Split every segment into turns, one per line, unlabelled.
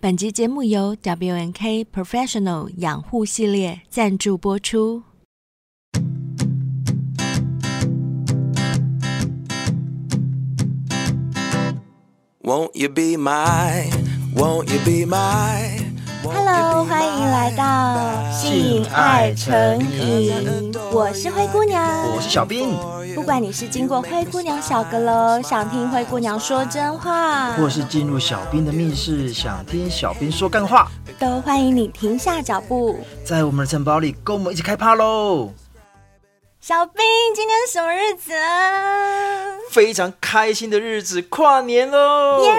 本集节目由 WNK Professional 养护系列赞助播出。
Won't you be my? Won't you be my?
Hello，欢迎来到性爱成瘾，我是灰姑娘，
我是小兵。
不管你是经过灰姑娘小阁楼，想听灰姑娘说真话，
或是进入小兵的密室，想听小兵说干话，
都欢迎你停下脚步。
在我们的城堡里，跟我们一起开趴喽！
小兵，今天是什么日子啊？
非常开心的日子，跨年喽！
耶、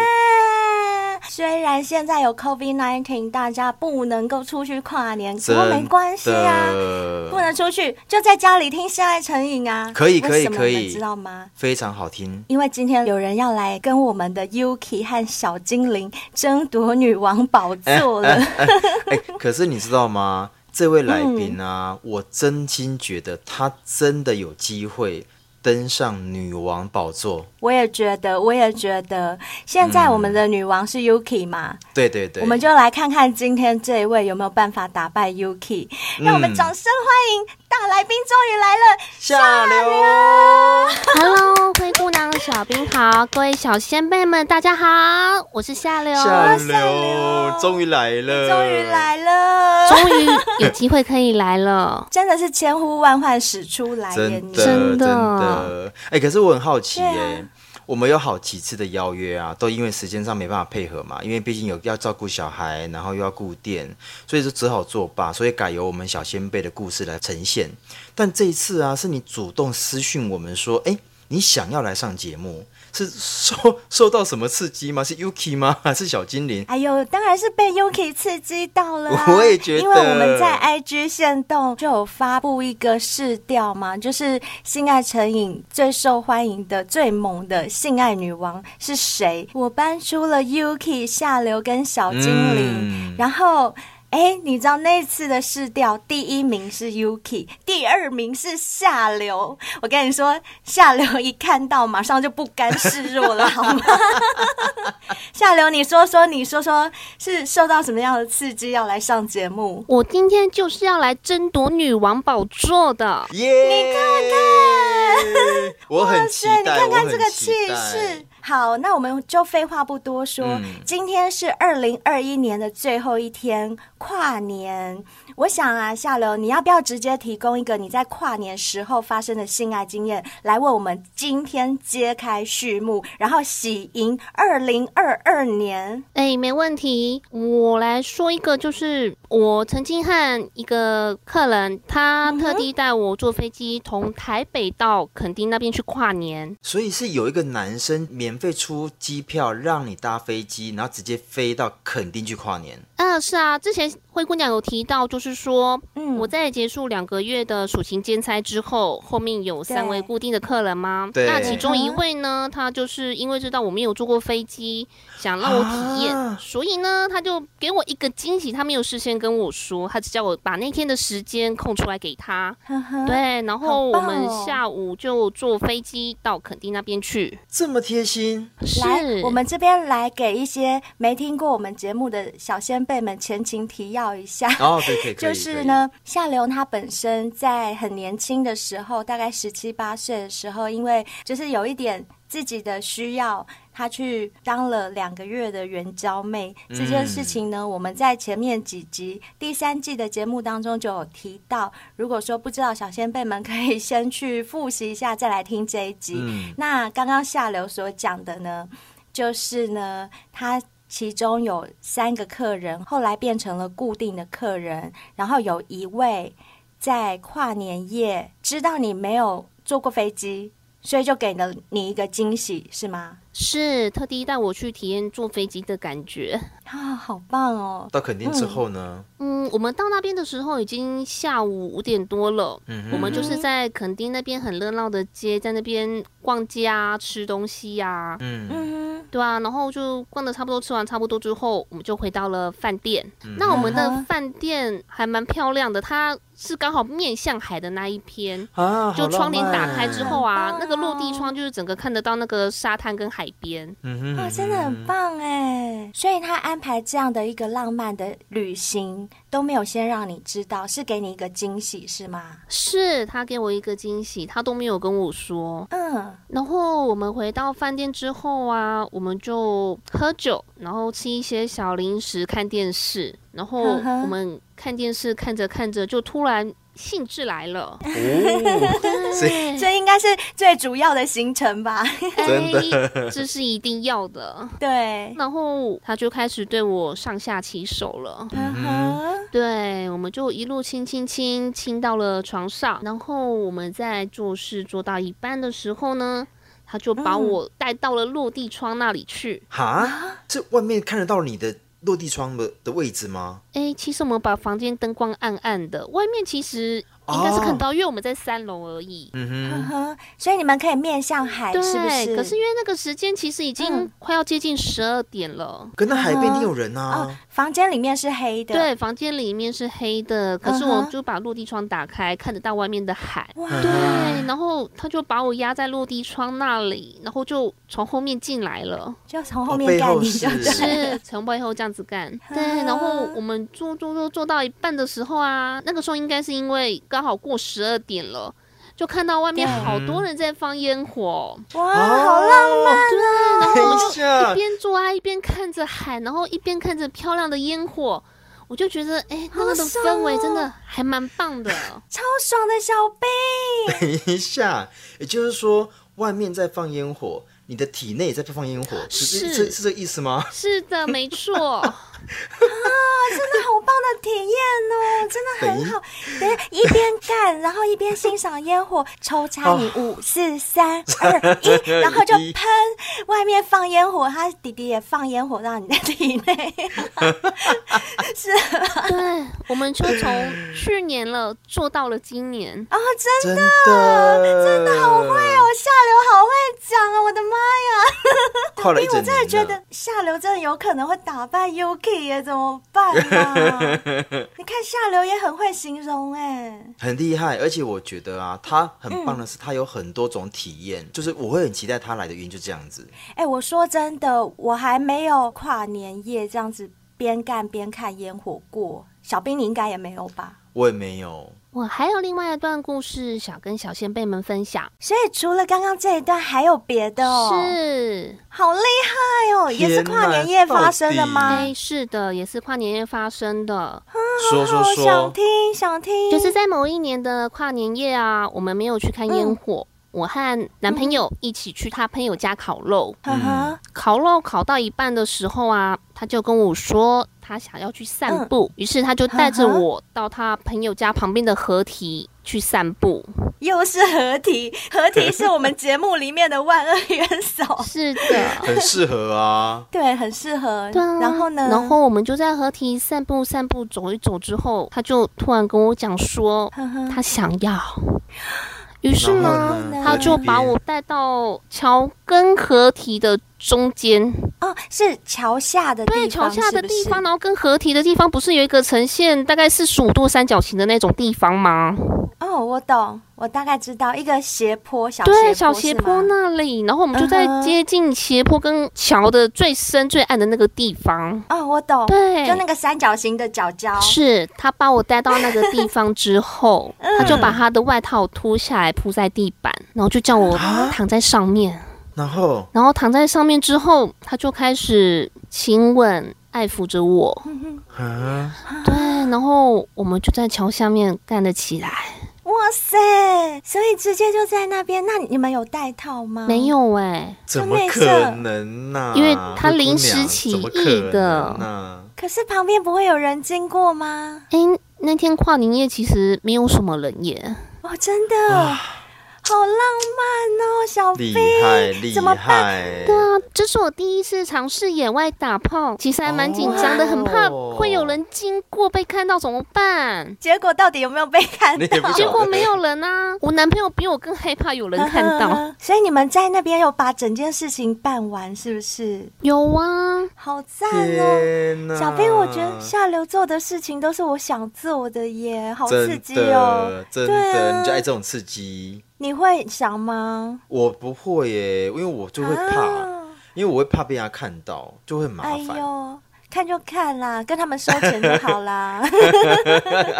虽然现在有 COVID nineteen，大家不能够出去跨年，不
真
过
的
没关系啊，不能出去就在家里听《性爱成瘾》啊。
可以
为
可以
什么
可以
你们知道吗？
非常好听。
因为今天有人要来跟我们的 Yuki 和小精灵争夺女王宝座 了，
哎，可是你知道吗？这位来宾啊，
嗯
我真心觉得他真的有机会登上女王宝座。
我也觉得，我也觉得，现在我们的女王是 Yuki 嘛，
对对对，
我们就来看看今天这一位有没有办法打败 Yuki，让我
嗯
们掌声欢迎大来宾终于来了，
下流。
Hello，灰姑娘小兵好，各位小先辈们大家好，我是夏流，
下
下流
流，终于来了，
终于来了，。
终于有机会可以来了
真的是千呼万唤始出来耶，
真
你
的
真的
的，哎、可是我很好奇耶、
对啊
我们有好几次的邀约啊，都因为时间上没办法配合嘛，因为毕竟有要照顾小孩，然后又要顾店，所以就只好作罢，所以改由我们小先辈的故事来呈现。但这一次啊，是你主动私讯我们说，哎、你想要来上节目，是受 受到什么刺激吗？是 Yuki 吗？ 还是小精灵？
哎呦，当然是被 Yuki 刺激到了啊、
我也觉得
因为我们在 IG 线动就有发布一个试调嘛，就是性爱成瘾最受欢迎的、最萌的性爱女王是谁？我搬出了 Yuki、下流跟小精灵，
嗯
然后。哎，你知道那次的试调，第一名是 Yuki，第二名是下流。我跟你说，下流一看到马上就不甘示弱了，好吗？下流，你说说，你说说，是受到什么样的刺激要来上节目？
我今天就是要来争夺女王宝座的，
耶、你看看，我很期
哇塞你
待，
看
我
看
很
这个
期
气
待
势。好，那我们就废话不多说。
嗯
今天是二零二一年的最后一天，跨年。我想啊，下流，你要不要直接提供一个你在跨年时候发生的性爱经验，来为我们今天揭开序幕，然后喜迎二零二二年？
哎，没问题。我来说一个，就是我曾经和一个客人，他特地带我坐飞机从台北到垦丁那边去跨年。
所以是有一个男生免费出机票让你搭飞机，然后直接飞到垦丁去跨年。
嗯、是啊，之前灰姑娘有提到，就是说
嗯
我在结束两个月的暑期兼差之后，后面有三位
对嗯
固定的客人吗？
对
那其中一位呢，他就是因为知道我没有坐过飞机，想让我体验，
啊
所以呢，他就给我一个惊喜。他没有事先跟我说，他只叫我把那天的时间空出来给他。
呵呵，
对，然
啊
后
好
我
棒哦
们下午就坐飞机到垦丁那边去。
这么贴心，
来
是，，
我们这边来给一些没听过我们节目的小先辈们前情提要一 下。
哦，对，可 以，可以
就是，呢，夏流他本身在很年轻的时候，大概十七八岁的时候，因为就是有一点自己的需要，他去当了两个月的援交妹。这件
嗯
事情呢，我们在前面几集第三季的节目当中就有提到。如果说不知道小先辈们，可以先去复习一下，再来听这一集。
嗯
那刚刚下流所讲的呢，就是呢，他其中有三个客人，后来变成了固定的客人，然后有一位在跨年夜知道你没有坐过飞机，所以就给了你一个惊喜，是吗？
是特地带我去体验坐飞机的感觉。
啊，好棒哦！
到垦丁之后呢，
嗯，我们到那边的时候已经下午五点多了。
嗯
我
哼，
们就是在垦丁那边很热闹的街，在那边逛街啊，吃东西呀、
嗯，
嗯
对啊，然后就逛的差不多，吃完差不多之后，我们就回到了饭店。那我们
嗯
的
哼
饭店还蛮漂亮的，它是刚好面向海的那一篇，
啊，好
就窗帘
浪漫
打开之后
好浪漫
啊，那个落地
哦
窗就是整个看得到那个沙滩跟海边。
嗯哼
哇，
嗯
真的很棒哎！所以他安排这样的一个浪漫的旅行，都没有先让你知道，是给你一个惊喜是吗？
是他给我一个惊喜，他都没有跟我说。
嗯，
然后我们回到饭店之后啊，我们就喝酒，然后吃一些小零食，看电视。然后
嗯哼
我们看电视看着看着，就突然兴致 来了。
哦， 所以
对
这应该是最主要的行程吧？
真
的，哎这是一定要的。
对，
然后他就开始对我上下其手了，
嗯哼，
对，我们就一路亲亲亲亲到了床上，然后我们在做事做到一半的时候呢，他就把
嗯
我带到了落地窗那里去。
哈，
啊
是外面看得到你的落地窗的的位置吗？
哎、其实我们把房间灯光暗暗的，外面其实应该是看到，因为我们在三楼而已。
嗯
嗯哼，所以你们可以面向海，
对，
哎是不是？
可是因为那个时间其实已经
嗯
快要接近十二点了。
哼，可那海边一定有人啊。
哦，房间里面是黑的，，
对，房间里面是黑的，可是
嗯
我
哼
就把落地窗打开，看得到外面的海。
哇，啊
对，然后他就把我压在落地窗那里，然后就从后面进来了，
就从后
哦
面
背
盖
后
你
是
就对
是从背后这样子 干。对，然
啊
后我们做做做做到一半的时候啊，那个时候应该是因为刚好过十二点了。就看到外面
对
好多人在放烟火，
哇，
哦
好浪漫，
然后我
等一
就
下
一，边做啊一边看着海，然后一边看着漂亮的烟火，我就觉得哎、那个的
爽
氛围真
哦
的还蛮 棒的。
超爽的小兵，
等一下，也就是说，外面在放烟火，你的体内也在放烟火，
是
是是这个意思吗？
是的，没 错。
真的好棒的体验 哦，真的很好。等一下一边干，然后一边欣赏烟火，抽插 你五四三二一， 然后就喷，外面放烟火，他弟弟也放烟火到你的体 内，
对，我们就从去年了做到了今年。
啊、真
真的，真的好
会哦，下流好会讲哦，我的妈呀！
跨了一整年了，
真的觉得下流真的有可能会打败 Yuki 耶，怎么办 啊？你看下流也很会形容哎，
很厉害，而且我觉得啊，他很棒的
嗯
是，他有很多种体验，就是我会很期待他来的原因就这样子。
哎，我说真的，我还没有跨年夜这样子边干边看烟火过。小兵，你应该也没有吧？
我也没有，
我还有另外一段故事想跟小先辈们分享，
所以除了刚刚这一段，还有别的哦，
是，
好厉害哦！也是跨年夜发生的
啊
哎、
吗？
是的，也是跨年夜发生的，
说说
哦想
说，
听，想听，
就是在某一年的跨年夜啊，我们没有去看烟火。
嗯
我和男朋友一起去他朋友家烤肉，
呵呵，
烤肉烤到一半的时候啊，他就跟我说他想要去散步，于、是他就带着
嗯哼
我到他朋友家旁边的河堤去散步。，
又是合体，合体是我们节目里面的万恶元首。
是的，
很适合啊
对，很适合。
对啊，
然后呢？
然后我们就在合体散步散步走一走之后，他就突然跟我讲说
呵呵，
他想要，于 是
然
呢，
后呢
他就把我带到桥跟河堤的中间，
哦，是桥下的地
对，
方，
桥下的
是不
地
是
方，然后跟河堤的地方不是有一个呈现大概四十五度三角形的那种地方吗？
哦，我懂，我大概知道一个斜坡，小
对，
坡
小斜坡
是吗？
那里，然后我们就在
嗯哼
接近斜坡跟桥的最深最暗的那个地方。
哦，我懂，
对，
就那个三角形的角角，
是他把我带到那个地方之后，
嗯
他就把他的外套脱下来铺在地板，然后就叫我
啊
躺在上面。
然后
然后躺在上面之后，他就开始亲吻、爱抚着我。
啊，
对，然后我们就在桥下面干了起来。
哇塞！所以直接就在那边。那你们有带套吗？
没。有哎、
怎么可能呢、
因为他临时起意的
灰姑娘怎么可能啊
可是旁边不会有人经过吗？
哎、那天跨年夜其实没有什么人耶。
哦，真的。好浪漫哦，小
厉
兵，
害厉
怎么
害，
对啊，这是我第一次尝试野外打炮，其实还蛮紧张的，
哦
很怕会有人经过被看到怎么办？
结果到底有没有被看
你也不
到？
结果没有人啊，我男朋友比我更害怕有人看 到。
所以你们在那边有把整件事情办完，是不是？
有啊，
好赞哦！
天哪，
小兵，我觉得下流做的事情都是我想做的耶，好刺
真
激哦
的！真
对
的，
啊
你就爱这种刺激。
你会想吗？
我不会耶，因为我就会怕，
啊
因为我会怕被人家看到，就会很麻
哎
烦。
呦，看就看啦，跟他们收钱就好啦。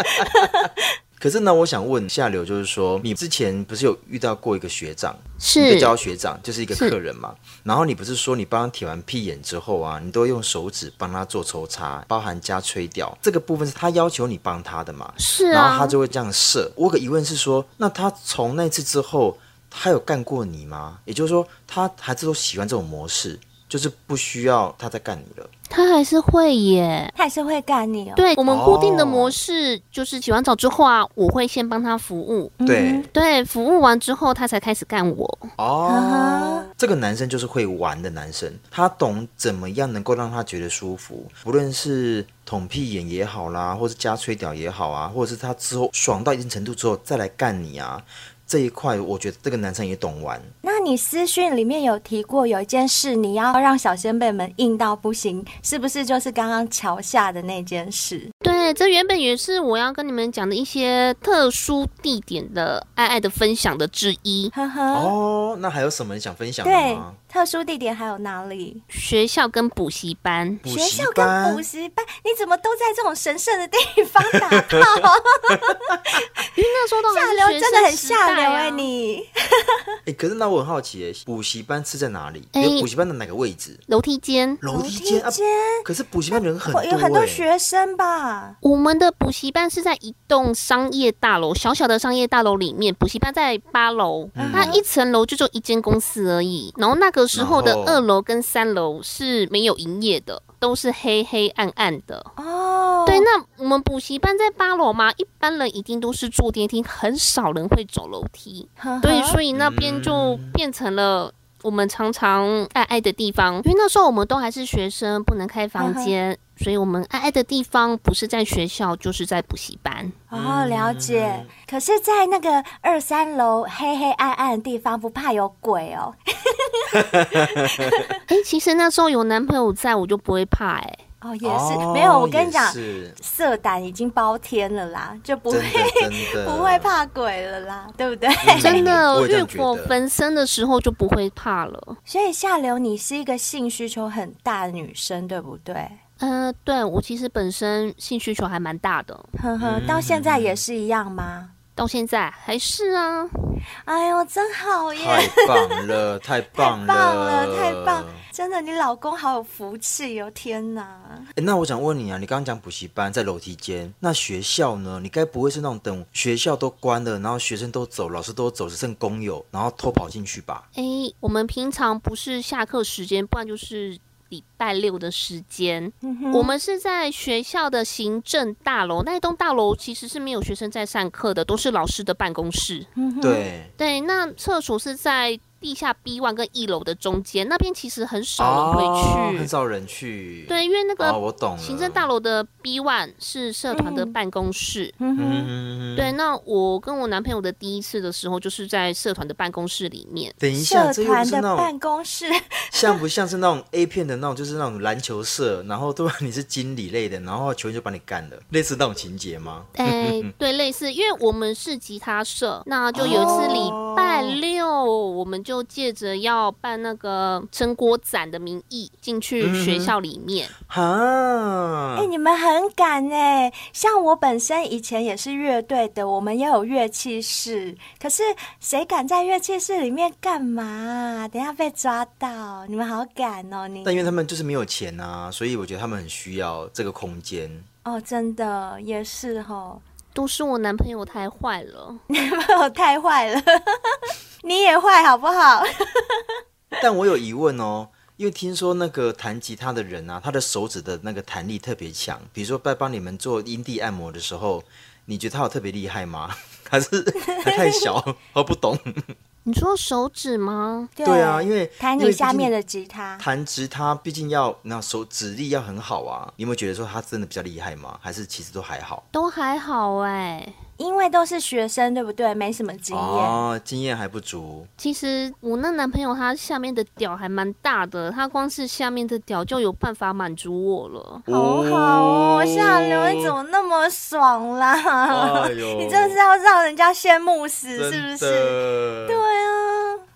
可是呢，我想问下流，就是说你之前不是有遇到过一个学长，你
是
就叫他学长，就是一个
是
客人嘛。然后你不是说你帮他舔完屁眼之后啊，你都用手指帮他做抽插，包含加吹掉这个部分是他要求你帮他的嘛？
是
然后
啊
他，就会这样射。我有个疑问是说，那他从那次之后，他有干过你吗？也就是说，他还是都喜欢这种模式，就是不需要他再干你了。
他还是会耶。
他也是会干你哦。
对我们固定的
哦
模式就是洗完澡之后啊，我会先帮他服务，
嗯
对，
对，服务完之后他才开始干我。
哦，这个男生就是会玩的男生，他懂怎么样能够让他觉得舒服，不论是捅屁眼也好啦，或是加吹屌也好啊，或者是他之后爽到一定程度之后再来干你啊，这一块我觉得这个男生也懂玩。
那你私讯里面有提过有一件事，你要让小先辈们硬到不行，是不是就是刚刚桥下的那件事？
对，这原本也是我要跟你们讲的一些特殊地点的爱爱的分享的之一。
呵呵，
哦，啊那还有什么想分享的
对
吗？，
特殊地点还有哪里？
学校跟补习班，
补
学
习
校跟
班
补习班，你怎么都在这种神圣的地方打炮？
因为那时候都还
下
哦是
流
学
真的
生
很
时
下
代
流
啊
哎、你
哎、可是那我很好奇耶，补习班是在哪里？
哎
有补习班的哪个位置？
楼梯间，
楼梯
梯
间啊？
间
可是补习班人很
会
多，哎
有很多。学生吧？
我们的补习班是在一栋商业大楼，小小的商业大楼里面，补习班在八楼，
嗯
它一层楼就只有一间公司而已。然后那个时候的
然后
二楼跟三楼是没有营业的，都是黑黑暗暗的。
哦，
对，那我们补习班在八楼嘛，一般人一定都是坐电梯，很少人会走楼梯。
呵呵
对，所以那边就
嗯
变成了我们常常爱爱的地方，因为那时候我们都还是学生，不能开房间，所以我们爱爱的地方不是在学校，就是在补习班。
哦，了解。可是，在那个二三楼黑黑暗暗的地方，不怕有鬼哦。
哎、其实那时候有男朋友在，我就不会怕、诶
哦，也是，
哦
没有。我跟你讲
也，是
色胆已经包天了啦，就不
真
会
的真 的
不会怕鬼了啦，对不对？
嗯
真的
我也这
欲
样觉
火
得
焚身的时候就不会怕了。
所以下流，你是一个性需求很大的女生，对不对？
呃，对我其实本身性需求还蛮大的，
呵呵，
嗯
到现在也是一样吗？
到现在还是啊。
哎呦，真好耶！
太棒了，太棒
棒
了，
了，太棒！真的，你老公好有福气哦！天哪，
诶那我想问你啊，你刚刚讲补习班在楼梯间，那学校呢？你该不会是那种等学校都关了，然后学生都走，老师都走，只剩工友，然后偷跑进去吧？
诶，我们平常不是下课时间，不然就是礼拜六的时间。
嗯
我们是在学校的行政大楼，那一栋大楼其实是没有学生在上课的，都是老师的办公室。
嗯
嗯
对，
对，那厕所是在地下 B one 跟一楼的中间，那边其实很少人
哦
会
很
去。
少人去。
对，因为那
哦，
个
我懂了。
行政大，楼的 B one 是社团的办公室。
嗯，
对，那我跟我男朋友的第一次的时候，就是在社团的办公室里面。
等一下，
社
这又不
团
是
的
那种
办公室，
像不像是那种 A 片的那种，就是那种篮球社，然后对吧？你是经理类的，然后球员就把你干了，类似那种情节吗？
哎，对，类似，因为我们是吉他社，那就有一次礼拜六，我们就借着要办那个蒸锅展的名义进去学校里面。
哈，
哎、你们很敢哎、像我本身以前也是乐队的，我们也有乐器室，可是谁敢在乐器室里面干嘛啊、等一下被抓到，你们好敢哦！你
但因为他们就是没有钱啊，所以我觉得他们很需要这个空间。
哦，真的也是哦，
都是我男朋友太坏了，
太坏了， 你也坏好不好？
但我有疑问哦，因为听说那个弹吉他的人啊，他的手指的那个弹力特别强，比如说在帮你们做阴蒂按摩的时候，你觉得他有特别厉害吗？还是还太小，我不懂？
你说手指吗？
对啊，因为
弹
因
你
为毕
下
竟
面的吉他，
弹吉他毕竟要那手指力要很好啊。你有没有觉得说他真的比较厉害吗？还是其实都还好？
都还好哎、
因为都是学生，对不对？没什么经验。
哦，经验还不足。
其实我那男朋友他下面的屌还蛮大的，他光是下面的屌就有办法满足我了。
好好哦，夏流你怎么那么爽啦？
哎呦
你真的是要让人家羡慕死，是不
真
是？
的。
对啊，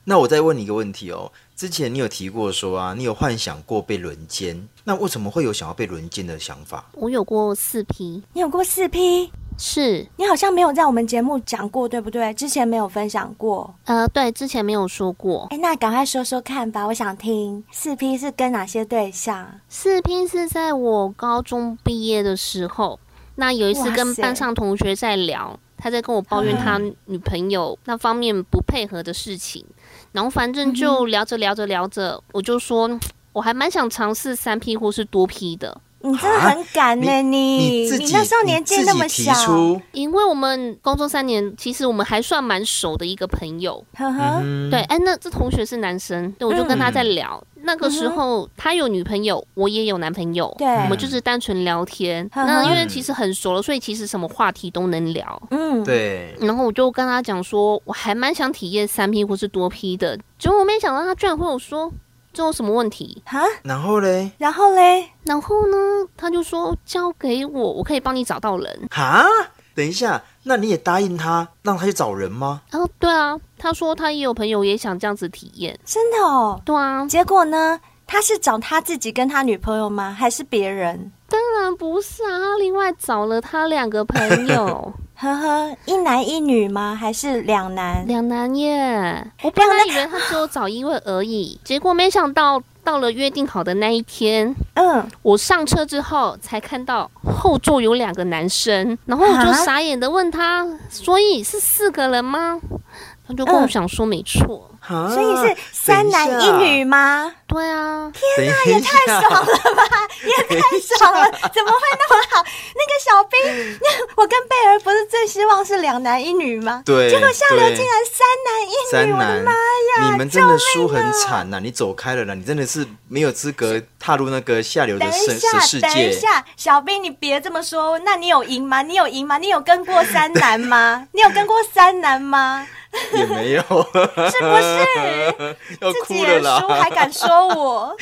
那我再问你一个问题哦，之前你有提过说啊，你有幻想过被轮奸，那为什么会有想要被轮奸的想法？
我有过四批，
你有过四 P，
是
你好像没有在我们节目讲过，对不对？之前没有分享过。
呃，对，之前没有说过。
哎，那赶快说说看吧，我想听四 P 是跟哪些对象？
四批是在我高中毕业的时候，那有一次
哇
跟
塞嗯
班上同学在聊，他在跟我抱怨他女朋友那方面不配合的事情，然后反正
嗯
就聊着聊着聊着，我就说嗯我还蛮想尝试三 P 或是多 P 的。
你真的很敢呢、
啊
你
自己
那时候年纪那么
你自己
小
提，出，
因为我们高中三年，其实我们还算蛮熟的一个朋友。
呵呵，
嗯
对，，哎，那这同学是男生，对，我就跟他在
嗯
聊。那个时候他有女朋友，我也有男朋友，
对
我们就是单纯聊天。
嗯
那因为其实很熟了，所以其实什么话题都能聊。
嗯，
对，
然后我就跟他讲说，我还蛮想体验三 P 或是多 P 的。结果我没想到他居然会有说这有什么问题。
哈，
然后嘞，
然后嘞，
然后呢，他就说交给我，我可以帮你找到人。
哈，等一下，那你也答应他，让他去找人吗？
然后对啊，他说他也有朋友也想这样子体验。
真的哦。
对啊，
结果呢，他是找他自己跟他女朋友吗？还是别人？
当然不是啊，他另外找了他两个朋友，
呵呵，一男一女吗？还是两男？
两男耶。我
不要
本来
那
以为他只有找一位而已，结果没想到到了约定好的那一天，
嗯，
我上车之后才看到后座有两个男生，然后我就
啊
傻眼的问他，所以是四个人吗？他就跟我
嗯
讲说没错。
哈，
所以是三男一女吗？
对啊，
等一下，等一下，太爽了，
爽了，怎么会那么好？那个小兵， 那我跟贝儿不是最希望是两男一女吗？
对，
结果下流
对
竟然三男一
三
女，我的
男
妈呀！
你们真的输很惨呐、你走开了啦，你真的是没有资格踏入那个下流
等
的
一
世世
下，等一
界。
下，小兵，你别这么说。那你有赢吗？你有赢吗？你有跟过三男吗？你有跟过三男吗？
也没有，
是不是？
要
自己
哭了
也输还
啦。
敢说 我？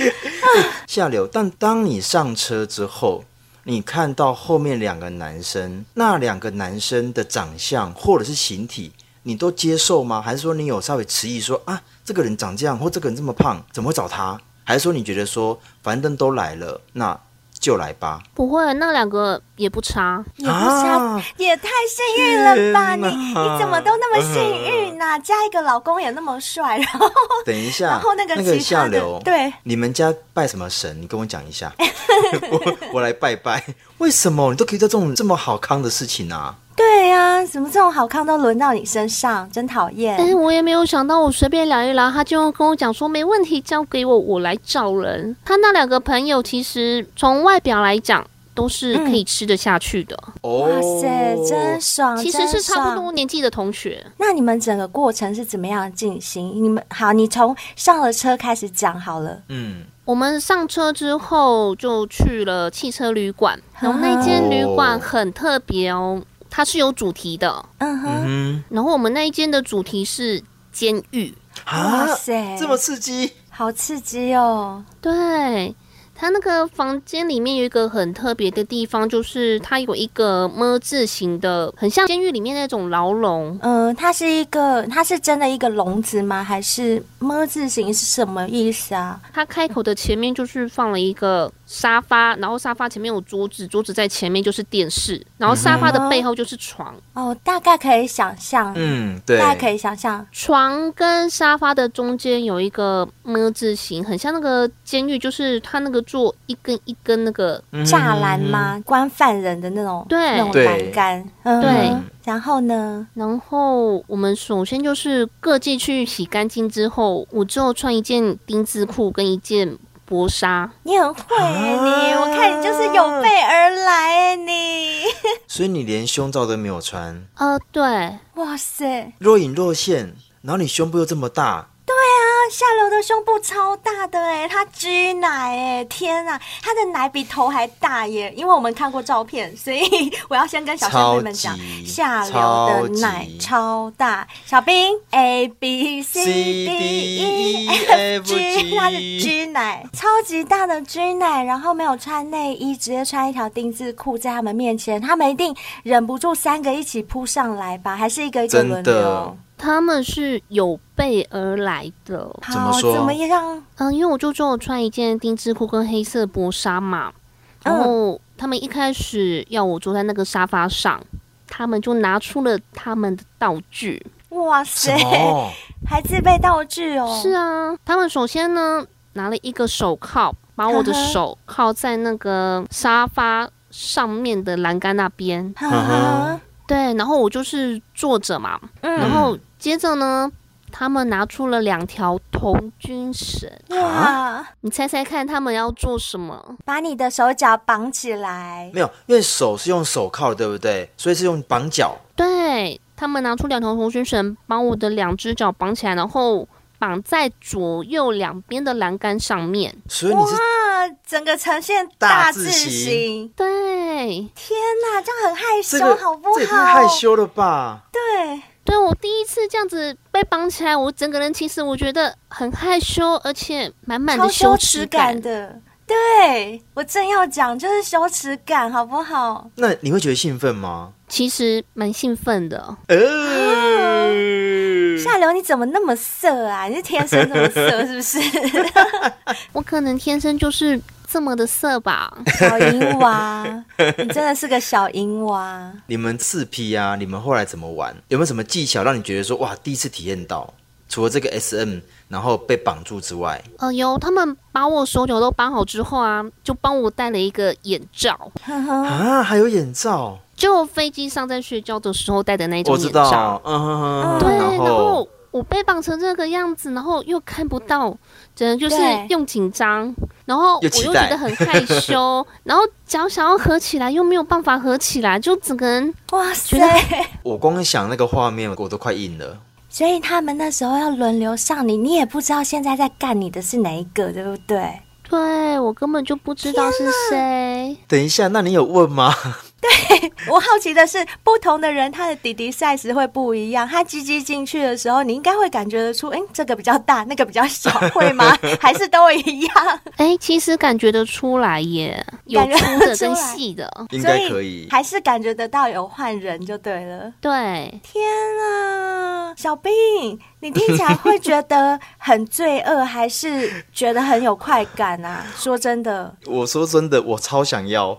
下流，但当你上车之后，你看到后面两个男生，那两个男生的长相或者是形体，你都接受吗？还是说你有稍微迟疑说啊，这个人长这样，或这个人这么胖，怎么会找他？还是说你觉得说，反正都来了，那就来吧？
不会，那两个也不差。
也不瞎，也太幸运了吧！
啊天
你
哪嗯
你怎么都那么幸运呐、嫁一个老公也那么 帅，然后
等一下，
哦然后那个其他
下
的
流，
对，
你们家拜什么神？你跟我讲一下，我我来拜拜。为什么你都可以做这种这么好康的事情啊？
对呀、啊，怎么这种好看都轮到你身上，真讨厌！
但是我也没有想到，我随便聊一聊，他就跟我讲说没问题，交给我，我来找人。他那两个朋友其实从外表来讲。都是可以吃得下去的，
哦，
哇塞，真爽！
其实是
真
差不
爽
多。年纪的同学。
那你们整个过程是怎么样进行？你们好，你从上了车开始讲好了。
嗯，
我们上车之后就去了汽车旅馆，然后那间旅馆很特别哦，它是有主题的。
嗯哼，
嗯
然后我们那一间的主题是监狱，
啊
哇，塞，
这么刺激，
好刺激哦！
对，它那个房间里面有一个很特别的地方，就是它有一个么字形的，很像监狱里面那种牢笼。
嗯，它是一个，它是真的一个笼子吗？还是么字形是什么意思啊？
它开口的前面就是放了一个沙发，然后沙发前面有桌子，桌子在前面就是电视，然后沙发的背后就是床。
哦，大概可以想象，
嗯，对，
大概可以想象，
床跟沙发的中间有一个么字形，很像那个监狱，就是它那个做一根一根那个，
嗯
栅栏？吗？关犯人的那种，
对
那种
对
栏杆，嗯，
对。
然后呢？
然后我们首先就是各自去洗干净之后，我之后穿一件丁字裤跟一件薄纱，
啊
欸你很会耶、你，我看你就是有备而来耶、你。
所以你连胸罩都没有穿，
呃，对，
哇塞，
若隐若现，然后你胸部又这么大，
那啊下流的胸部超大的哎、他 G 奶哎、天啊，他的奶比头还大耶！因为我们看过照片，所以我要先跟小仙妹们讲
超，级
下流的奶超大。小兵 A B C
C,
D
D,
E
E,
F
F,
G，
G
他是 G 奶，超级大的 G 奶，然后没有穿内衣，直接穿一条丁字裤在他们面前，他们一定忍不住三个一起扑上来吧？还是一个一个
真
轮流
的？
他们是有备而来的。
怎
好
么说
怎么样？
嗯、因为我就中午穿一件丁字裤跟黑色薄纱嘛，然后他们一开始要我坐在那个沙发上，他们就拿出了他们的道具。
哇
什
塞！
么？
还自备道具哦。
是啊，他们首先呢拿了一个手铐，把我的
呵呵
手铐在那个沙发上面的栏杆那边。
哈哈，嗯
对，然后我就是坐着嘛，
嗯
然后接着呢，他们拿出了两条童军绳，
哇，
啊
你猜猜看他们要做什么？
把你的手脚绑起来，
没有，因为手是用手铐的，对不对？所以是用绑脚。
对他们拿出两条童军绳，把我的两只脚绑起来，然后绑在左右两边的栏杆上面。
所以你是
哇，整个呈现
大
字
字形
形。
对，
天哪，这样很害
这
羞，
个，
好不好？
这也太害。羞了吧？
对，
对啊我第一次这样子被绑起来，我整个人其实我觉得很害羞，而且满满
超
的
羞
耻
耻感的。对我正要讲，就是羞耻感，好不好？
那你会觉得兴奋吗？
其实蛮兴奋的。
啊
呃，嗯
下流，你怎么那么色啊？你是天生这么色是不 是？
我可能天生就是这么的色吧。
小淫娃，你真的是个小淫娃。
你们四 P 啊，你们后来怎么玩？有没有什么技巧让你觉得说哇，第一次体验到？除了这个 SM，然后被绑住之外，
呃，有他们把我手脚都绑好之后啊，就帮我戴了一个眼罩，
呵呵，
啊，还有眼罩，
就飞机上在睡觉的时候戴的那种
我知
眼罩。
道，嗯哼哼，
对，
然
然
后
后我被绑成这个样子，然后又看不到，只能就是
对
用紧张，然后我
又
又
期
觉
待
得很害 羞，然后脚想要合起来又没有办法合起来，就整个人
哇
觉得
塞！
我光想那个画面，我都快硬了。
所以他们那时候要轮流上你，你也不知道现在在干你的是哪一个，对不对？
对我根本就不知道是谁。
等一下，那你有问吗？
我好奇的是，不同的人他的底底 size 会不一样，他鸡鸡进去的时候，你应该会感觉得出，哎、这个比较大，那个比较小，会 吗？还是都一样？
哎，其实感觉得出来耶，有
感觉
粗
得
的
出
跟
来
细的，
应
所
该可以。
还是感觉得到有换人就对了。
对。
天啊，小兵，你听起来会觉得很罪恶，还是觉得很有快感啊？说真的，
我说真的，我超想要。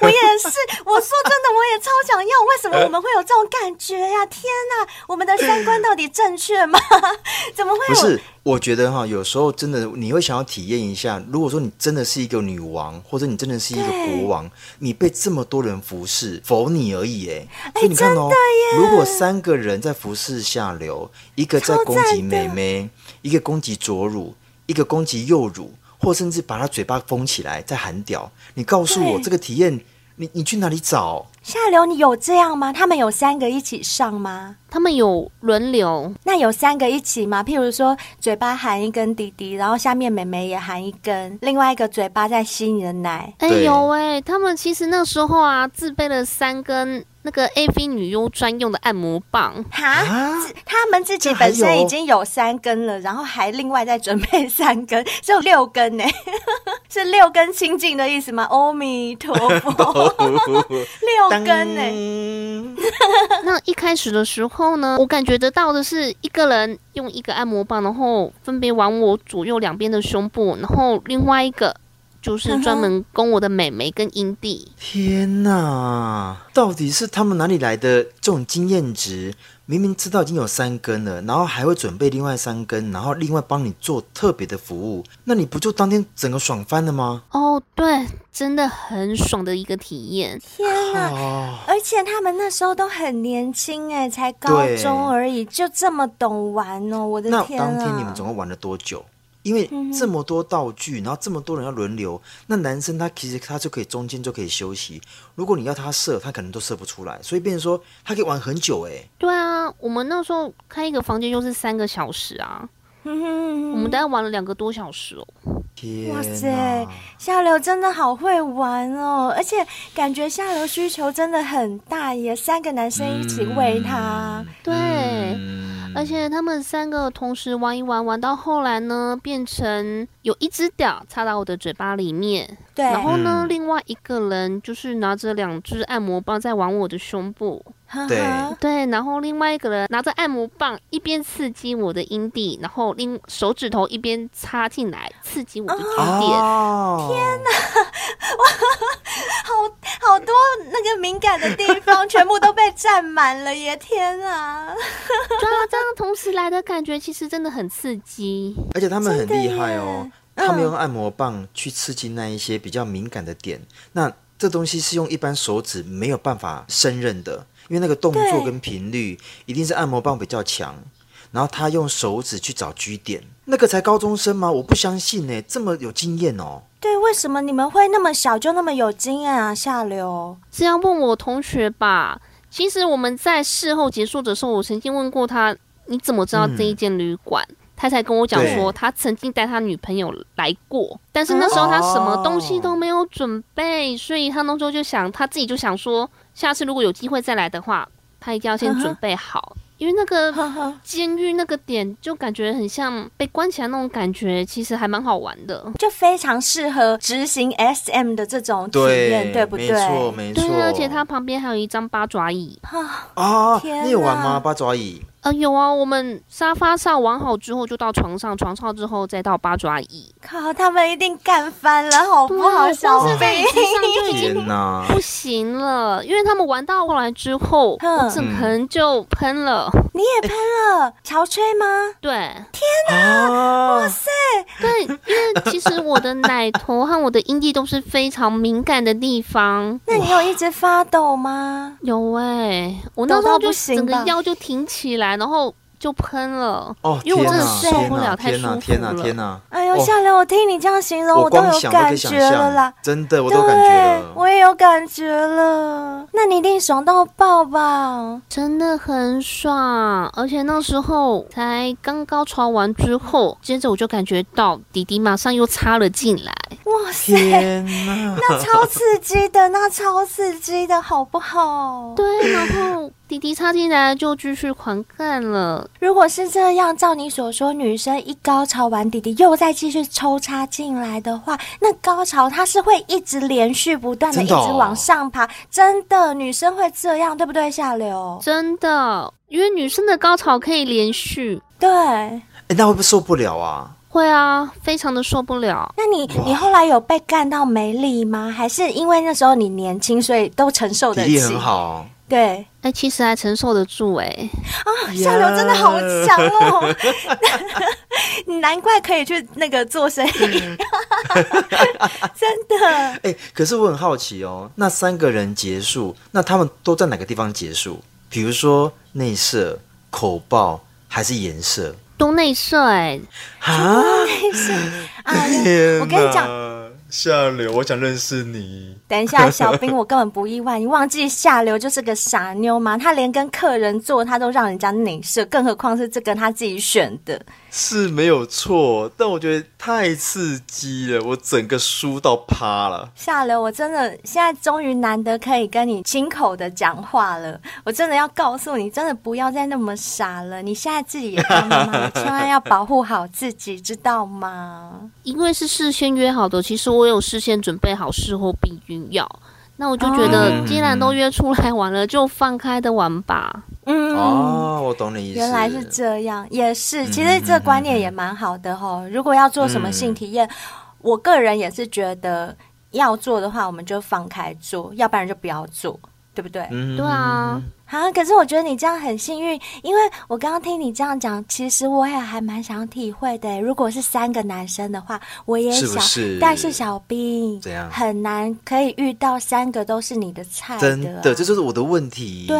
我也是，我说真的，我也超想要。为
呃
什么我们会有这种感觉呀、天哪，我们的三观到底正确吗？ 怎么会
不
有？
是，我觉得哈，有时候真的你会想要体验一下。如果说你真的是一个女王，或者你真的是一个国王，你被这么多人服侍，否你而已哎。所以你看哦，如果三个人在服侍下流，一个在
超
攻
赞
击妹妹，一个攻击左乳，一个攻击右乳，或甚至把她嘴巴封起来再含屌，你告诉我
对
这个体验，你你去哪里找？
下流，你有这样吗？他们有三个一起上吗？
他们有轮流，
那有三个一起吗？譬如说，嘴巴含一根滴滴，然后下面妹妹也含一根，另外一个嘴巴在吸你的奶。
哎、
对
有哎、他们其实那时候啊，自备了三根那个 AV 女优专用的按摩棒，
哈，
啊
自他们自己
这还
本身
有
已经有三根了，然后还另外再准备三根，只有六根呢， 是六根清净的意思吗？阿弥陀佛， 六根欸呢？
呢？
那一开始的时候呢，我感觉得到的是一个人用一个按摩棒，然后分别往我左右两边的胸部，然后另外一个就是专门攻我的美眉跟阴蒂。
天呐，到底是他们哪里来的这种经验值？明明知道已经有三根了，然后还会准备另外三根，然后另外帮你做特别的服务，那你不就当天整个爽翻了吗？
哦，对，真的很爽的一个体验。
天哪！
哦，
而且他们那时候都很年轻哎，才高中而已，就这么懂玩哦！我的
那
天啊！
当天你们总共玩了多久？因为这么多道具，然后这么多人要轮流，那男生他其实他就可以中间就可以休息。如果你要他射，他可能都射不出来，所以变成说他可以玩很久、欸。
对啊，我们那时候开一个房间就是三个小时啊，
嗯
我们大概玩了两个多小时哦。
哎，天
哇塞
哪，
下流真的好会玩哦，而且感觉下流需求真的很大耶，三个男生一起喂他，
对，
嗯
而且他们三个同时玩一玩，玩到后来呢，变成有一只屌插到我的嘴巴里面，
对，
然后呢，
嗯
另外一个人就是拿着两只按摩棒在玩我的胸部，
呵呵
对
对，然后另外一个人拿着按摩棒一边刺激我的阴蒂，然后另手指头一边插进来刺激我的阴蒂。
哦，天哪！
好多那个敏感的地方全部都被占满了耶，天啊！
对啊，这样同时来的感觉其实真的很刺激。
而且他们很厉害
真的
哦
耶，
他们用按摩棒去刺激那一些比较敏感的点。那这东西是用一般手指没有办法胜任的，因为那个动作
对
跟频率一定是按摩棒比较强。然后他用手指去找居点，那个才高中生吗？我不相信呢、这么有经验哦。
对，为什么你们会那么小就那么有经验啊？下 流，
是要问我同学吧？其实我们在事后结束的时候，我曾经问过他，你怎么知道这一间旅馆？他才跟我讲说，
对
他曾经带他女朋友来过，但是那时
哦
候他什么东西都没有准备，所以他那时候就想，他自己就想说，下次如果有机会再来的话，他一定要先
啊
准备好，因为那个
呵呵，
监狱那个点就感觉很像被关起来那种感觉，其实还蛮好玩的。
就非常适合执行 SM 的这种体验，对不
没
对？
错，没错。
对，啊而且它旁边还有一张八爪椅。
啊，
啊，
天
你有玩吗？
哪
八爪椅？
呃，有啊，我们沙发上玩好之后就到床上，床上之后再到八爪椅，
靠，他们一定干翻了，好不好？
对啊
小
光是在
贝
椅，子上就已经
天哪！
不行了，因为他们玩到后来之后，
哼
我
嗯
整个人就喷了。
你也喷了，潮吹吗？
对
啊，
对，因为其实我的奶头和我的阴蒂都是非常敏感的地方。
那你有一直发抖吗？
有哎、我那
抖
时
到
候
不
就
行
整个
吧
腰就挺起来，然后就喷了。
哦，
因为我真的
受不
了太
天哪
舒服
天哪，
了
天哪！
哎呦，
哦
下流，我听你这样形容，都
光
有
想都可
感
以想
觉了啦
象，。真的我
对，
都感觉了。
我也有感觉了。那你一定爽到爆吧？
真的很爽，而且那时候才刚高潮完之后，接着我就感觉到弟弟马上又插了进来，
哇塞，
天哪！
那超刺激的，那超刺激的，好不好？
对，然后弟弟插进来就继续狂干了，
如果是这样，照你所说，女生一高潮完，弟弟又再继续抽插进来的话，那高潮它是会一直连续不断的，一
真
直
的哦
往上爬。真的，女生会这样，对不对？下流，
真的，因为女生的高潮可以连续，
对。
哎，那会不会受不了啊？
会啊，非常的受不了。
那你你后来有被干到没力吗？还是因为那时候你年轻，所以都承受
体
得
力
起？
很好，
对，
哎、其实还承受得住哎、
下流真的好强哦！ 难怪可以去那个做生意， 真的。
哎，可是我很好奇哦，那三个人结束，那他们都在哪个地方结束？比如说内射、口爆还是颜射？
都内射哎、
啊！
哎啊，
天
我跟你讲，
哪，下流，我想认识你。
等一下，小兵，我根本不意外。你忘记下流就是个傻妞吗？他连跟客人做，他都让人家内射，更何况是这个他自己选的。
是没有错，但我觉得太刺激了，我整个输到趴了。
下流，我真的现在终于难得可以跟你亲口的讲话了。我真的要告诉你，真的不要再那么傻了。你现在自己也当妈妈，千万要保护好自己，知道吗？
因为是事先约好的，其实我有事先准备好事后避孕药。那我就觉得，既然都约出来玩了，就放开的玩吧。
嗯，
哦，我懂你意思。
原来是这样，也是，其实这观念也蛮好的哈、如果要做什么性体验，我个人也是觉得要做的话，我们就放开做，要不然就不要做。对不对？
嗯
对啊，
啊，可是我觉得你这样很幸运，因为我刚刚听你这样讲，其实我也还蛮想体会的。欸如果是三个男生的话，我也
是
想，
不是
但是小兵
怎样
很难可以遇到三个都是你的菜
真
的啊
的，这就是我的问题。
对，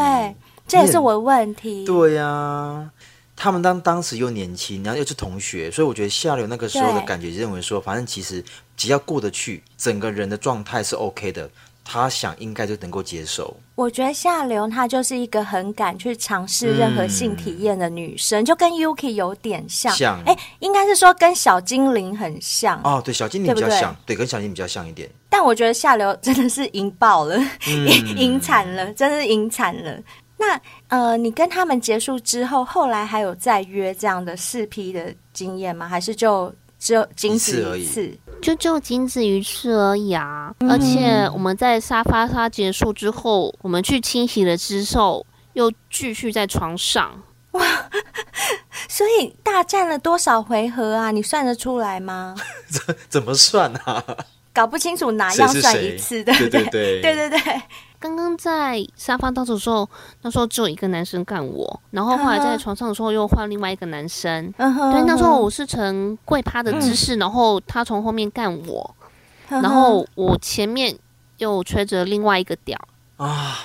这也是我的问题。
对呀、啊他们当当时又年轻，然后又是同学，所以我觉得下流那个时候的感觉，认为说，反正其实只要过得去，整个人的状态是 OK 的，他想应该就能够接受。
我觉得夏流她就是一个很敢去尝试任何性体验的女生，就跟 Yuki 有点像，
嗯像
哎、应该是说跟小精灵很像。
哦，对，小精灵
对不
比较
对
像，对，跟小精灵比较像一点。
但我觉得下流真的是赢爆了，
嗯
赢赢惨了，真的是赢惨了。那呃，你跟他们结束之后，后来还有再约这样的四批的经验吗？还是就只有仅
一
此
次而已
一次？
就只有仅止于此而已啊！
嗯
而且我们在沙发沙结束之后，我们去清洗了之后，又继续在床上。
所以大战了多少回合啊？你算得出来吗？
怎么算 啊？
搞不清楚哪
谁
样
是
算一
谁？
次，不
对
对？
对
对对对，
刚刚在沙发倒数的时候，那时候只有一个男生干我，然后后来在床上的时候又换另外一个男生。
嗯哼
对，那时候我是呈跪趴的姿势，然后他从后面干我，
嗯哼
然后我前面又吹着另外一个屌，
啊！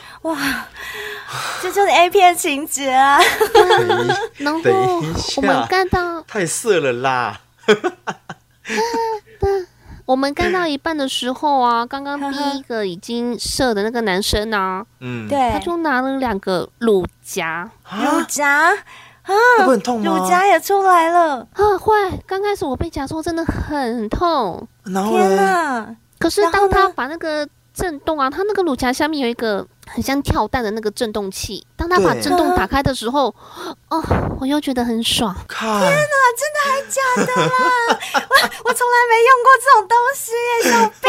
这就是 A 片情节啊！
等一
然后
等一
我们
下，
干到
哎太色了啦！
我们干到一半的时候 啊，刚刚
呵呵
第一个已经射的那个男生啊，
嗯，
对，
他就拿了两个乳夹
乳
啊，
夹，
会不会很痛吗？
乳夹也出来了，
啊，坏！刚开始我被夹的时候真的很痛，
然后
天
呢？
哪！
可是
然后
当他
呢
把那个震动啊，他那个乳夹下面有一个很像跳蛋的那个震动器，当他把
对
震动
嗯
打开的时候，哦，我又觉得很爽。
看，
假的啦！我我从来没用过这种东西耶，小兵。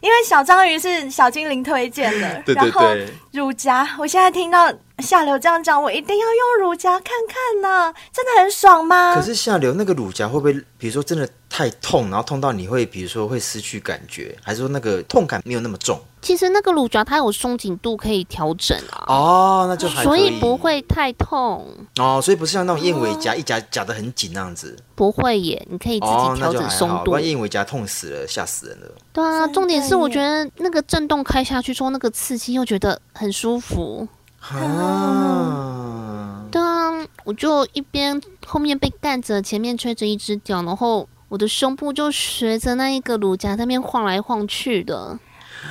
因为小章鱼是小精灵推荐的，
对
然
对
后
对，
乳夹，我现在听到下流这样讲，我一定要用乳夹看看呢、真的很爽吗？
可是下流那个乳夹会不会，比如说真的太痛，然后痛到你会，比如说会失去感觉，还是说那个痛感没有那么重？
其实那个乳夹它有松紧度可以调整啊，
哦，那就还
所
可
以不会太痛，
哦，所以不是像那种燕尾夹一夹夹得很紧那样子
不会耶，你可以自
哦
己，
那
调
就
整
还
松
好，
度。
不然燕尾夹痛死了，吓死人了。
对啊，
真
重点
的
是我
耶
觉得那个震动开下去之后，那个刺激又觉得很舒服。
啊，
对啊，我就一边后面被干着，前面吹着一只屌，然后我的胸部就随着那一个乳夹在那边晃来晃去的。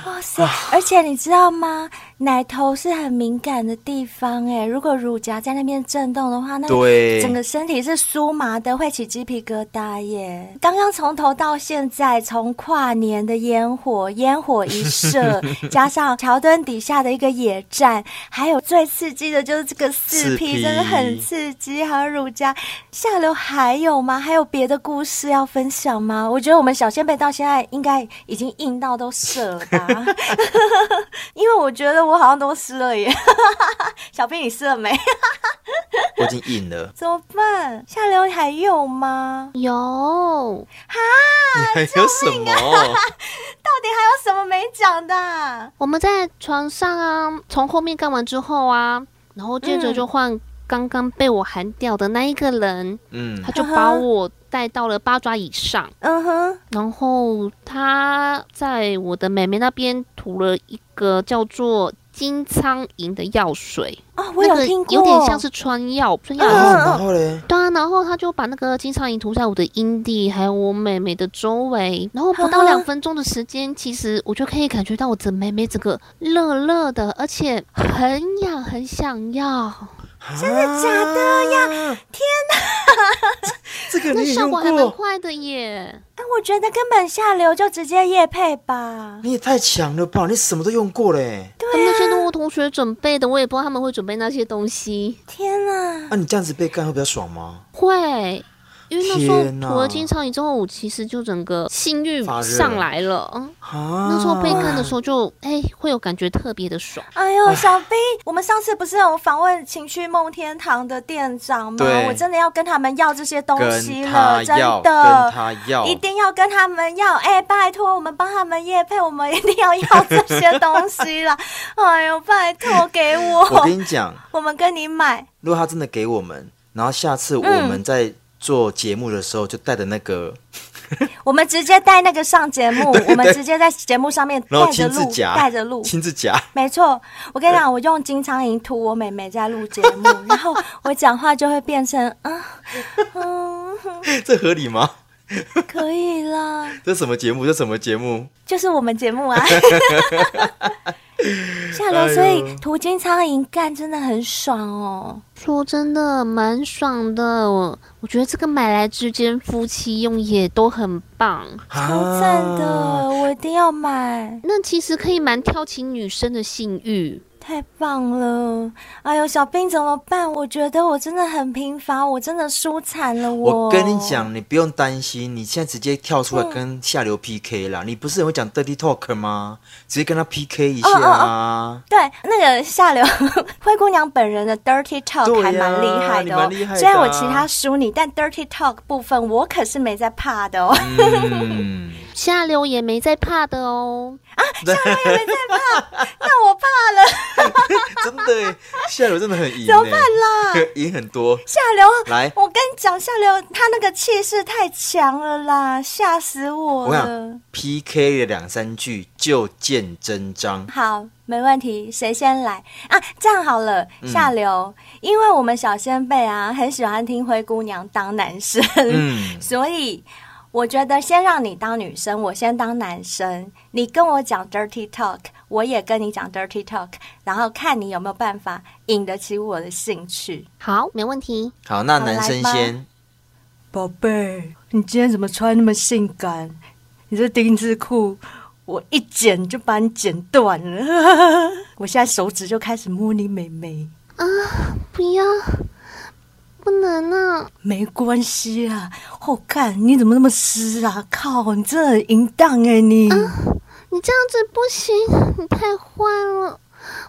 哇塞！而且你知道吗？奶头是很敏感的地方哎，如果乳夹在那边震动的话，那
对，
整个身体是酥麻的，会起鸡皮疙瘩耶！刚刚从头到现在，从跨年的烟火，烟火一射，加上桥墩底下的一个野战，还有最刺激的就是这个四
四
P，
P
真的很刺激。还有乳家下流还有吗？还有别的故事要分享吗？我觉得我们小仙贝到现在应该已经硬到都射了吧，因为我觉得我好像都湿了耶。 小兵，你湿了没？，
我已经硬了
怎么办？下流还有吗？
有，
还 有什么？
到底还有什么没讲的啊？
我们在床上啊，从后面干完之后啊，然后接
嗯
着就换刚刚被我喊掉的那一个人，
嗯
他，就把
呵呵
我带到了八爪以上。
嗯哼，
然后他在我的妹妹那边涂了一个叫做金苍蝇的药水，
哦，我有听过，
那个有点像是穿药，穿药
然
嗯
后哦
的药水。
然后嘞，
对啊，然后他就把那个金苍蝇涂在我的阴蒂，还有我妹妹的周围，然后不
嗯
到两分钟的时间，其实我就可以感觉到我的妹妹整个热热的，而且很痒，很想要。
真的假的呀？天哪，啊这个
那
你也
效
用
果还蛮
过？
快的耶！
哎，我觉得根本下流就直接夜配吧。
你也太强了吧！你什么都用过嘞？
他们那些都
啊
是我同学准备的，我也不知道他们会准备那些东西。
天啊哪，
啊那你这样子被干会比较爽吗？
会，因为那时候
天哪
涂了金苍蝇之后，我其实就整个性欲
发热
上来了。嗯，
啊，
那时候被干的时候就哎、会有感觉特别的爽。
哎呦，小兵，我们上次不是有访问情趣梦天堂的店长吗？
对
我真的要跟他们要这些东西
跟
了，
他
真
要，跟
的。
他要，
一定要跟他们要，哎、拜托，我们帮他们夜配，我们一定要要这些东西啦！ 哎呦，拜托给我，
我跟你讲，
我们跟你买。
如果他真的给我们，然后下次我们在做节目的时候就带着那个、
我们直接带那个上节 目，我们直接在节目上面
然后
带着
亲自
录，
夹
带着录，
亲自夹，
没错，我跟你讲，我用金苍蝇吐我妹妹在录节目，然后我讲话就会变成啊，嗯，
这合理吗？
可以 啦，
这什么节目？这什么节目？
就是我们节目 啊。下
哎
楼，所以途经苍蝇干真的很爽哦。
说真的，蛮爽的。我我觉得这个买来之间夫妻用也都很棒。
超赞的，
啊
我一定要买，
那其实可以蛮挑起女生的性欲。
太棒了！哎呦，小兵怎么办？我觉得我真的很贫乏，我真的输惨了我。
我跟你，讲，你不用担心，你现在直接跳出来跟下流 PK 啦。你不是很会讲 dirty talk 吗？直接跟他 PK 一下啊！
对那个下流 灰姑娘本人的 dirty talk
对呀
还蛮厉害的
你
哦。
蛮厉害的啊
虽然我其他输你，但 dirty talk 部分我可是没在怕的哦。
嗯，
下流也没在怕的哦。
那我怕了，
真的耶，下流真的很赢 耶，
怎么办啦？
赢很多。
下流。
来，
我跟你讲，下流他那个气势太强了啦，吓死我
我
了
想。PK 了两三句就见真章。
好，没问题，谁先来啊？这样好了，
嗯
下流，因为我们小先辈啊，很喜欢听灰姑娘当男生，
嗯，
所以我觉得先让你当女生，我先当男生，你跟我讲 dirty talk，我也跟你讲 dirty talk，然后看你有没有办法引得起我的兴趣。
好，没问题。
好，那
好
男生
来吧
先。
宝贝，你今天怎么穿那么性感？你这丁字裤，我一剪就把你剪断了。 我现在手指就开始摸你美眉。
不要，不能啊！
没关系啦，我、看你怎么那么湿啊！靠，你真的很淫荡哎你！
你这样子不行，你太坏了，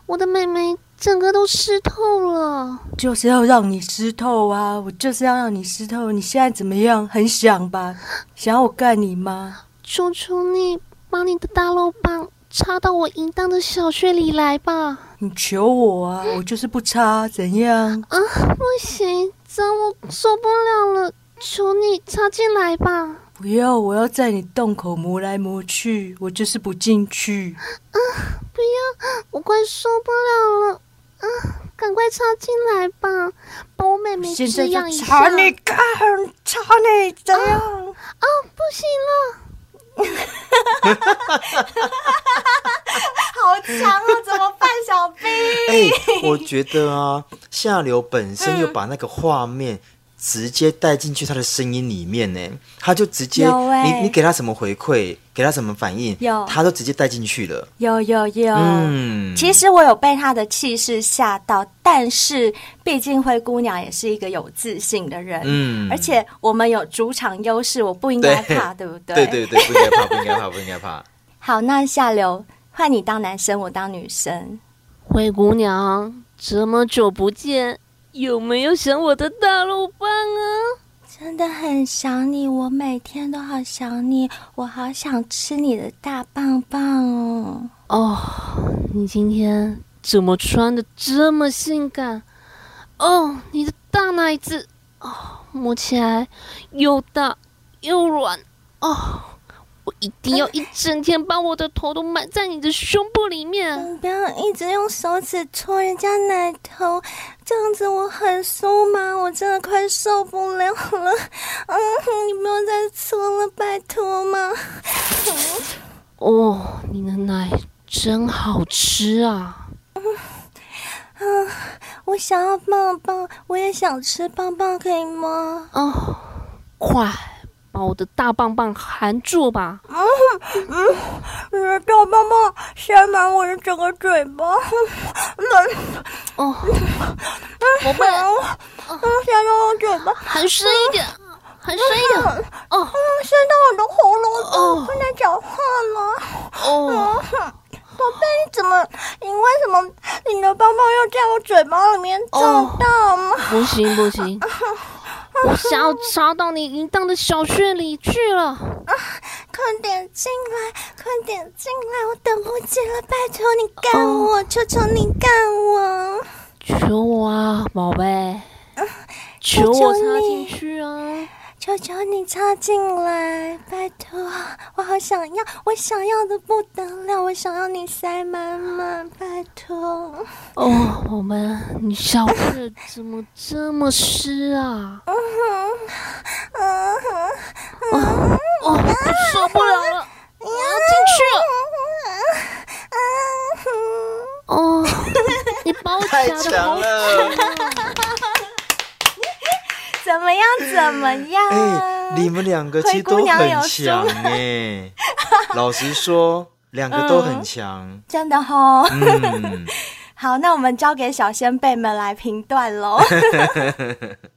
我的妹妹整个都湿透了。
就是要让你湿透啊！我就是要让你湿透。你现在怎么样？很想吧？想要我干你吗？
求求你，把你的大肉棒插到我淫荡的小穴里来吧！
你求我啊！我就是不插，怎样？
啊，不行，这样我受不了了，求你插进来吧！
不要！我要在你洞口磨来磨去，我就是不进去。
不要，我快受不了了！啊，赶快插进来吧，把我妹妹
现在
滋
就啊
养一下。
插你干，插你怎样？
啊，不行了！
好强啊！怎么办，小 兵？
哎、我觉得啊，下流本身又把那个画面直接带进去他的声音里面呢，他就直接，
有哎
你你给他什么回馈，给他什么反应
有，
他都直接带进去了。
有有有。
嗯，
其实我有被她的气势吓到，但是毕竟灰姑娘也是一个有自信的人，
嗯
而且我们有主场优势，我不应该怕，对不对？
对对对，不应该怕，不应该怕，不应 该怕。
好，那下流换你当男生，我当女生。
灰姑娘，这么久不见，有没有想我的大肉棒啊？
真的很想你，我每天都好想你，我好想吃你的大棒棒哦！
哦，你今天怎么穿的这么性感？哦，你的大奶子哦，摸起来又大又软哦，我一定要一整天把我的头都埋在你的胸部里面。
不要一直用手指戳人家奶头，这样子我很酥麻，我真的快受不了了。 嗯，你不要再搓了，拜托嘛。
哦，你的奶真好吃啊！
我想要棒棒，我也想吃棒棒，可以吗？
哦，快把我的大棒棒含住吧！
你的大棒棒塞满我的整个嘴巴，
哦，宝贝，
塞到我嘴巴，
含深一点，含深一点。哦
塞到我的喉咙，
哦
不能讲话了。
哦。
宝贝，你怎么？你为什么你的棒棒又在我嘴巴里面撞到吗？
不行不行，我想要插到你淫荡的小穴里去了。
快点进来，快点进来，我等不及了，拜托你干我，求求你干我！
求我啊，宝贝，求我
求
插
你
进去啊！
求求你插进来，拜托，我好想要，我想要的不得了，我想要你塞满满，拜托。
哦，我们你小月怎么这么湿 啊？哦，我受不了了，我 要
啊嗯
进去了。哦，你把我
太
夹的
强
好
了！
怎么样？怎么样？
哎、你们两个 其实都很强哎、 老实说，两个都很强。
真的哦。
嗯，
好，那我们交给小先辈们来评断喽。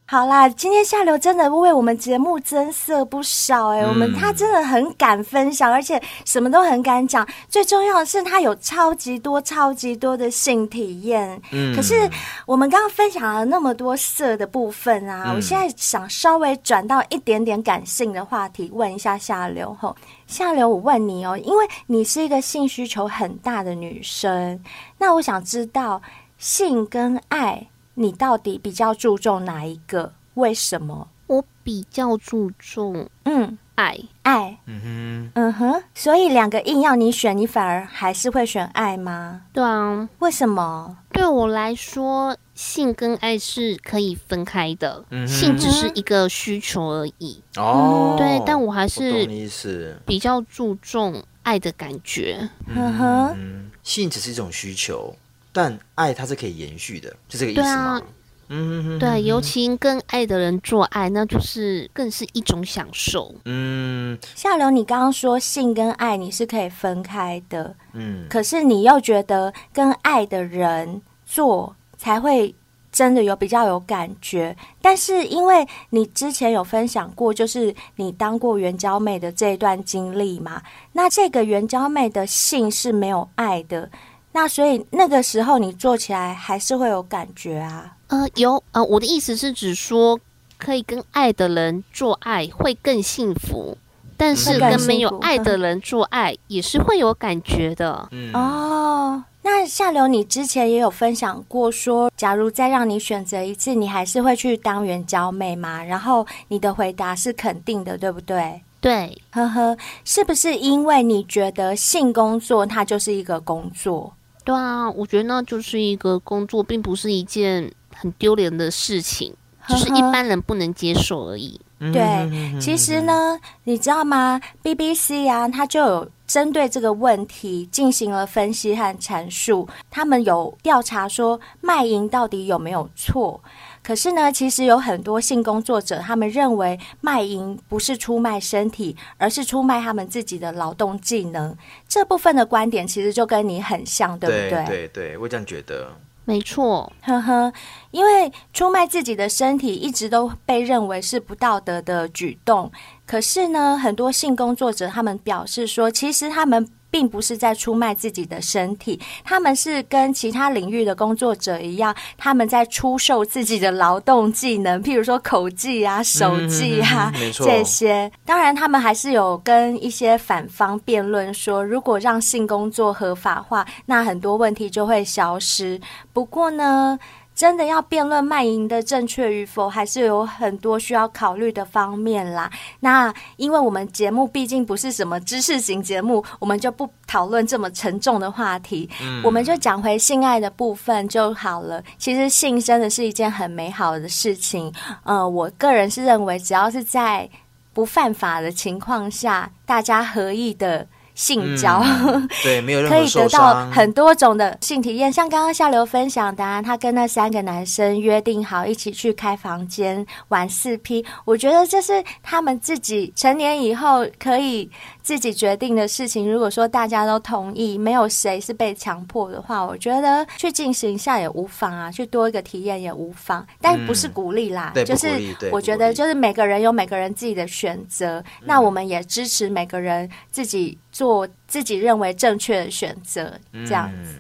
好啦，今天下流真的为我们节目增色不少哎、我们他真的很敢分享，而且什么都很敢讲。最重要的是，他有超级多、超级多的性体验。
嗯
可是我们刚刚分享了那么多色的部分啊，我现在想稍微转到一点点感性的话题，问一下下流吼。下流，我问你哦，因为你是一个性需求很大的女生，那我想知道性跟爱，你到底比较注重哪一个？为什么？
我比较注重
嗯，
爱，
爱，
嗯
嗯哼，所以两个硬要你选，你反而还是会选爱吗？
对啊，
为什么？
对我来说，性跟爱是可以分开的，
嗯哼
性只是一个需求而已。
哼，哦，
嗯对，但我还
我懂
是
你意思。
比较注重爱的感觉。
嗯哼，
嗯，性只是一种需求，但爱它是可以延续的，就这个意思
对
吗？
啊
嗯哼哼，
对，尤其跟爱的人做爱，那就是更是一种享受。
嗯
下流，你刚刚说性跟爱你是可以分开的，
嗯，
可是你又觉得跟爱的人做才会真的有比较有感觉，但是因为你之前有分享过，就是你当过援交妹的这一段经历嘛，那这个援交妹的性是没有爱的，那所以那个时候你做起来还是会有感觉啊。
呃，有呃，我的意思是指说，可以跟爱的人做爱会更幸福，但
嗯
是跟没有爱的人做爱也是会有感觉的。
嗯
哦，那夏流，你之前也有分享过说，假如再让你选择一次，你还是会去当援交妹吗？然后你的回答是肯定的，对不对？
对，
呵呵，是不是因为你觉得性工作它就是一个工作？
对啊，我觉得那就是一个工作，并不是一件很丢脸的事情，只是一般人不能接受而已。
嗯
对，其实呢，你知道吗？BBC 啊，它就有针对这个问题进行了分析和阐述。他们有调查说卖淫到底有没有错？可是呢，其实有很多性工作者，他们认为卖淫不是出卖身体，而是出卖他们自己的劳动技能。这部分的观点其实就跟你很像，对不
对对对，我这样觉得。
没错，
呵呵，因为出卖自己的身体一直都被认为是不道德的举动。可是呢，很多性工作者他们表示说，其实他们并不是在出卖自己的身体，他们是跟其他领域的工作者一样，他们在出售自己的劳动技能，譬如说口技啊、手技啊、
嗯嗯嗯嗯没错
这些。当然，他们还是有跟一些反方辩论说，如果让性工作合法化，那很多问题就会消失。不过呢，真的要辩论卖淫的正确与否，还是有很多需要考虑的方面啦。那因为我们节目毕竟不是什么知识型节目，我们就不讨论这么沉重的话题，我们就讲回性爱的部分就好了。其实性真的是一件很美好的事情，呃，我个人是认为，只要是在不犯法的情况下，大家合意的性交。
嗯对，没有任
可
何
以得
受
到
伤，
很多种的性体验，像刚刚下流分享的、啊，他跟那三个男生约定好一起去开房间玩四 P，我觉得这是他们自己成年以后可以自己决定的事情。如果说大家都同意，没有谁是被强迫的话，我觉得去进行一下也无妨啊，去多一个体验也无妨，但不是鼓励啦，
嗯对
就
不鼓
是
励对
我
不
觉
鼓
得
励
就是每个人有每个人自己的选择，
嗯
那我们也支持每个人自己做自己认为正确的选择，
嗯
这样子。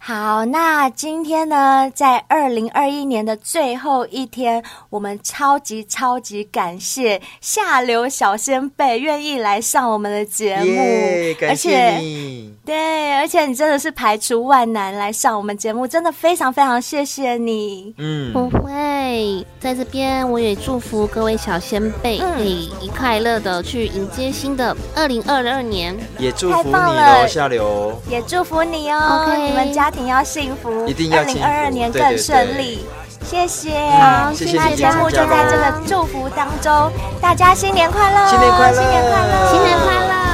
好，那今天呢，在二零二一年的最后一天，我们超级超级感谢下流小先辈愿意来上我们的节目
耶，感
而
谢
且
你。
对，而且你真的是排除万难来上我们节目，真的非常非常谢谢你。
嗯，
不会，在这边我也祝福各位小先辈
嗯
可以快乐的去迎接新的二零二二年。
也祝
太
福你
棒
喽，
了
下流。
也祝福你哦
OK
你们家庭要幸福，
一定要
二
幸
零
福
二二年
对
更
对
顺
对
利。谢谢，
好谢谢
那
你
节目
参
就
加
在这
喽
个祝福当中，大家新年快乐，
新年快乐
新年快乐，
新年快乐！